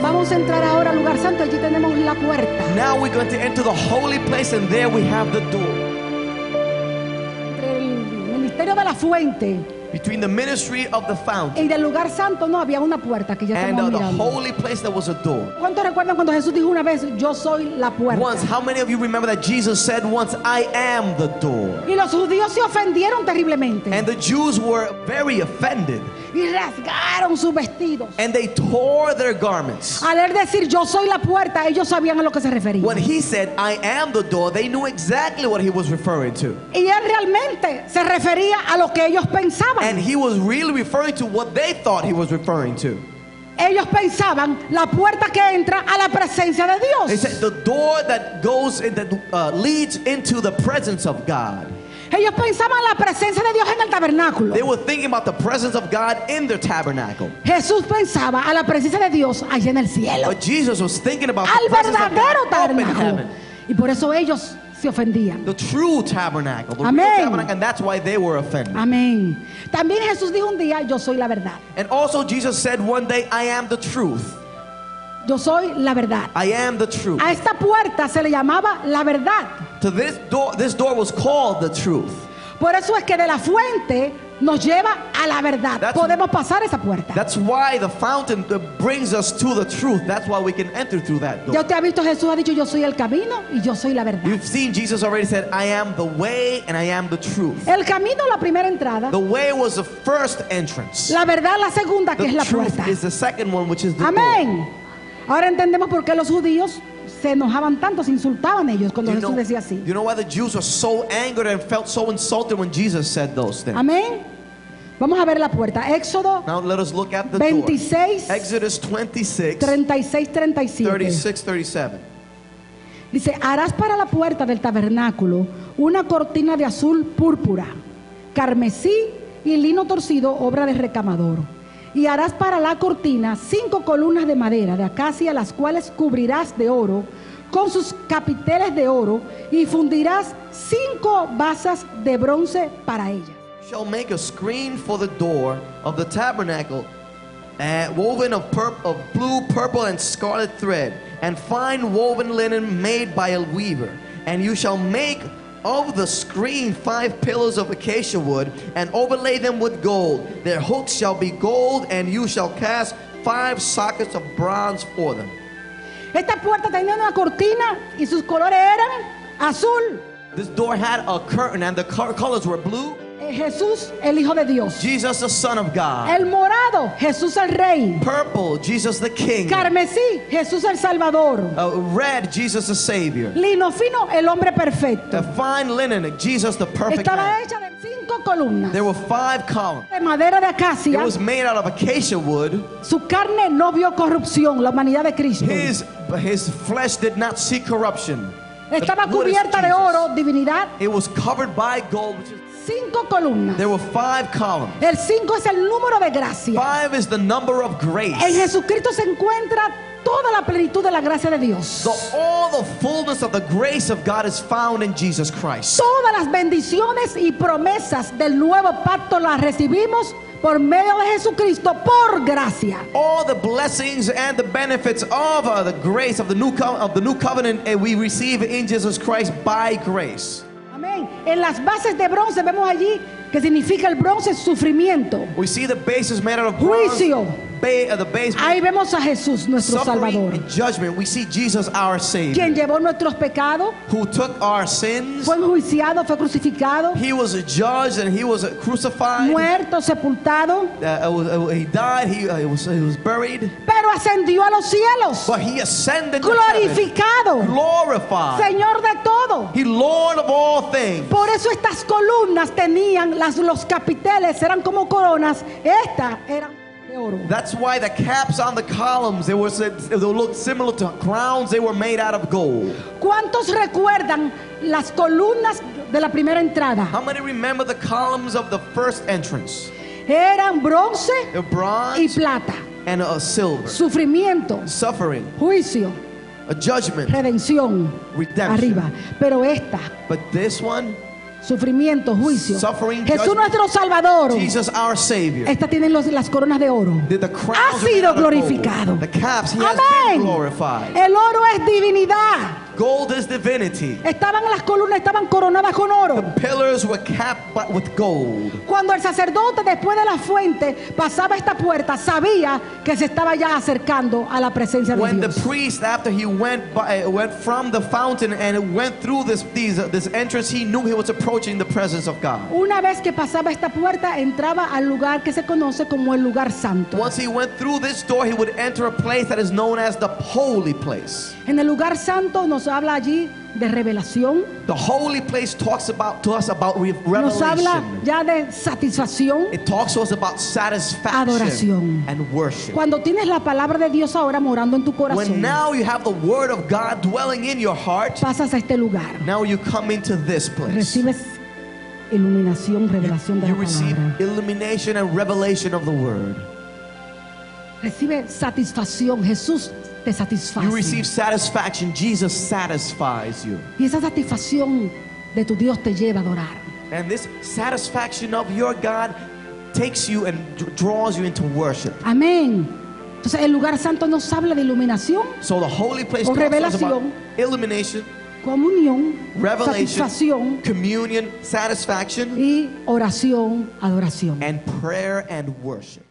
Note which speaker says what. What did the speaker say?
Speaker 1: Vamos a entrar ahora al lugar santo, allí tenemos la puerta.
Speaker 2: Now we're going to enter the holy place, and there we have the door
Speaker 1: Entre el ministerio de la fuente
Speaker 2: between the ministry of the fountain
Speaker 1: y del lugar santo no había una puerta que ya
Speaker 2: and uh,
Speaker 1: estamos
Speaker 2: the
Speaker 1: mirando.
Speaker 2: holy place. There was a door.
Speaker 1: ¿Cuántos recuerdan cuando Jesús dijo una vez, yo soy la
Speaker 2: Once,
Speaker 1: puerta?
Speaker 2: how many of you remember that Jesus said once, "I am the door"?
Speaker 1: Y los judíos se ofendieron terriblemente
Speaker 2: And the Jews were very offended,
Speaker 1: y rasgaron sus vestidos.
Speaker 2: and they tore their garments.
Speaker 1: Al él decir yo soy la puerta, ellos sabían a lo que se refería.
Speaker 2: When he said, "I am the door," they knew exactly what he was referring to,
Speaker 1: Y él realmente se refería a lo que ellos
Speaker 2: and
Speaker 1: pensaban.
Speaker 2: he was really referring to what they thought he was referring to.
Speaker 1: Ellos pensaban la puerta que entra a la presencia de
Speaker 2: They
Speaker 1: Dios.
Speaker 2: said the door that goes in, that uh, leads into the presence of God.
Speaker 1: Ellos pensaban la presencia de Dios en el tabernáculo.
Speaker 2: They were thinking about the presence of God in their tabernacle.
Speaker 1: Jesús pensaba a la presencia de Dios allá en el cielo,
Speaker 2: But Jesus was thinking about
Speaker 1: al
Speaker 2: the presence of
Speaker 1: verdadero
Speaker 2: God up in
Speaker 1: tabernáculo.
Speaker 2: heaven.
Speaker 1: Y por eso ellos se ofendían.
Speaker 2: The true tabernacle. The real
Speaker 1: Amén.
Speaker 2: tabernacle. And that's why they were offended.
Speaker 1: Ah. Amén. También Jesús dijo un día, yo soy la verdad.
Speaker 2: And also Jesus said one day, I am the truth.
Speaker 1: Yo soy la verdad.
Speaker 2: I am the truth.
Speaker 1: A esta puerta se le llamaba la verdad.
Speaker 2: to this door, this door was called the truth.
Speaker 1: Por eso es que de la fuente nos lleva a la verdad.
Speaker 2: That's-
Speaker 1: Podemos pasar esa puerta.
Speaker 2: That's why the fountain uh, brings us to the truth. That's why we can enter through that door.
Speaker 1: Ya usted ha visto, Jesús ha dicho, yo soy el camino y yo soy la verdad.
Speaker 2: You've seen Jesus already said, I am the way and I am the truth.
Speaker 1: El camino, la primera entrada.
Speaker 2: The way was the first entrance.
Speaker 1: La verdad, la segunda, que es
Speaker 2: The
Speaker 1: la
Speaker 2: truth
Speaker 1: puerta.
Speaker 2: is the second one, which is the door.
Speaker 1: Amén. Ahora entendemos por qué los judíos se enojaban tanto, se insultaban ellos
Speaker 2: Do
Speaker 1: cuando
Speaker 2: you,
Speaker 1: Jesús
Speaker 2: know,
Speaker 1: decía
Speaker 2: do
Speaker 1: así.
Speaker 2: you know why the Jews were so angered and felt so insulted when Jesus said those things?
Speaker 1: Amén. Vamos a ver la puerta. Éxodo
Speaker 2: Now let us look at the door.
Speaker 1: 26,
Speaker 2: Exodus 26,
Speaker 1: 36, 37.
Speaker 2: 36, 37.
Speaker 1: Dice, harás para la puerta del tabernáculo una cortina de azul púrpura, carmesí y lino torcido, obra de recamador. Y harás para la cortina cinco columnas de madera de acacia, las cuales cubrirás de oro, con sus capiteles de oro, y fundirás cinco basas de bronce para ellas.
Speaker 2: Shall make a screen for the door of the tabernacle, uh, woven of, purp- of blue, purple, and scarlet thread, and fine woven linen made by a weaver. And you shall make of the screen five pillars of acacia wood, and overlay them with gold. Their hooks shall be gold, and you shall cast five sockets of bronze for them.
Speaker 1: Esta puerta tenía una cortina y sus colores eran azul.
Speaker 2: This door had a curtain, and the col- colors were blue.
Speaker 1: Eh, Jesús, el Hijo de Dios.
Speaker 2: Jesus, the Son of God.
Speaker 1: El morado, Jesús el Rey.
Speaker 2: Purple, Jesus, the King.
Speaker 1: Carmesí, Jesús el Salvador.
Speaker 2: Uh, red, Jesus the Savior.
Speaker 1: Lino fino, el hombre perfecto.
Speaker 2: The fine linen, Jesus the perfect
Speaker 1: Estaba
Speaker 2: man.
Speaker 1: hecha de cinco columnas.
Speaker 2: There were five columns.
Speaker 1: De madera de
Speaker 2: It
Speaker 1: acacia.
Speaker 2: was made out of acacia wood.
Speaker 1: Su carne no vio corrupción, la humanidad de Cristo.
Speaker 2: His, his flesh did not see corruption. The
Speaker 1: Estaba
Speaker 2: wood is
Speaker 1: cubierta de
Speaker 2: Jesus.
Speaker 1: oro, divinidad.
Speaker 2: It was covered by gold. Which is,
Speaker 1: Cinco columnas.
Speaker 2: there were five columns.
Speaker 1: El cinco es el número de gracia.
Speaker 2: Five is the number of
Speaker 1: En
Speaker 2: grace.
Speaker 1: Jesucristo se encuentra toda la plenitud de la gracia de Dios.
Speaker 2: So all the fullness of the grace of God is found in Jesus Christ.
Speaker 1: Todas las bendiciones y promesas del nuevo pacto las recibimos por medio de Jesucristo por gracia.
Speaker 2: All the blessings and the benefits of uh, the grace of the new co- of the new covenant uh, we receive in Jesus Christ by grace.
Speaker 1: Amén. En las bases de bronce vemos allí que significa el bronce sufrimiento.
Speaker 2: We see the base is made out of bronze.
Speaker 1: Juicio.
Speaker 2: Ba- uh, the base
Speaker 1: Ahí vemos a Jesús, nuestro
Speaker 2: suffering
Speaker 1: Salvador,
Speaker 2: and judgment. We see Jesus our Savior,
Speaker 1: quien llevó nuestros pecados,
Speaker 2: who took our sins.
Speaker 1: fue enjuiciado, fue crucificado,
Speaker 2: He was judged and he was uh, crucified.
Speaker 1: muerto, sepultado,
Speaker 2: Uh, uh, was- uh, he died. He, uh, he was, he was buried.
Speaker 1: pero ascendió a los cielos,
Speaker 2: But he ascended, to heaven,
Speaker 1: glorificado,
Speaker 2: glorified.
Speaker 1: Señor de todo.
Speaker 2: He Lord of all things.
Speaker 1: Por eso estas columnas tenían las, los capiteles, eran como coronas, estas eran de oro.
Speaker 2: That's why the caps on the columns they were said- they looked similar to crowns. They were made out of gold.
Speaker 1: ¿Cuántos recuerdan las columnas de la primera entrada?
Speaker 2: How many remember the columns of the first entrance?
Speaker 1: Eran bronce,
Speaker 2: The
Speaker 1: y
Speaker 2: bronze
Speaker 1: plata.
Speaker 2: and a silver.
Speaker 1: Sufrimiento,
Speaker 2: Suffering,
Speaker 1: juicio,
Speaker 2: a judgment,
Speaker 1: redención.
Speaker 2: Redemption.
Speaker 1: Arriba. Pero esta
Speaker 2: but this one
Speaker 1: sufrimiento, juicio.
Speaker 2: Suffering,
Speaker 1: Jesús
Speaker 2: judgment.
Speaker 1: nuestro Salvador.
Speaker 2: Jesus, our Savior,
Speaker 1: Estas tienen los- las coronas de oro.
Speaker 2: did the crowns
Speaker 1: Ha
Speaker 2: are made
Speaker 1: sido
Speaker 2: out of gold.
Speaker 1: glorificado.
Speaker 2: The caps, he has been
Speaker 1: Amén.
Speaker 2: glorified.
Speaker 1: El oro es divinidad.
Speaker 2: Gold is divinity.
Speaker 1: Estaban las columnas, estaban coronadas con oro.
Speaker 2: Pillars were capped by- with gold.
Speaker 1: Cuando el sacerdote después de la fuente pasaba esta puerta, sabía que se estaba ya acercando a la presencia de
Speaker 2: When the
Speaker 1: Dios.
Speaker 2: priest, after he went by, went from the fountain and went through this these, uh, this entrance, he knew he was approaching the presence of God.
Speaker 1: Una vez que pasaba esta puerta, entraba al lugar que se conoce como el lugar santo.
Speaker 2: Once he went through this door, he would enter a place that is known as the holy place.
Speaker 1: En el lugar santo nos habla allí de revelación,
Speaker 2: The holy place talks about to us about re-
Speaker 1: nos habla
Speaker 2: revelation.
Speaker 1: ya de satisfacción.
Speaker 2: It talks to us about satisfaction
Speaker 1: Adoración.
Speaker 2: and worship.
Speaker 1: Cuando tienes la palabra de Dios ahora morando en tu
Speaker 2: When
Speaker 1: corazón,
Speaker 2: now you have the word of God dwelling in your heart,
Speaker 1: pasas a este lugar,
Speaker 2: now you come into this place.
Speaker 1: recibes iluminación, revelación de
Speaker 2: You
Speaker 1: la
Speaker 2: receive
Speaker 1: palabra.
Speaker 2: illumination and revelation of the word.
Speaker 1: Recibe satisfacción, Jesús te
Speaker 2: You
Speaker 1: satisface.
Speaker 2: receive satisfaction. Jesus satisfies you.
Speaker 1: Y esa satisfacción de tu Dios te lleva a adorar.
Speaker 2: And this satisfaction of your God takes you and d- draws you into worship.
Speaker 1: Amén. Entonces el lugar santo nos habla de iluminación,
Speaker 2: So the holy place
Speaker 1: O
Speaker 2: talks to us about
Speaker 1: revelación.
Speaker 2: illumination,
Speaker 1: comunión,
Speaker 2: revelation,
Speaker 1: satisfacción
Speaker 2: communion, satisfaction,
Speaker 1: y oración, adoración.
Speaker 2: and prayer and worship.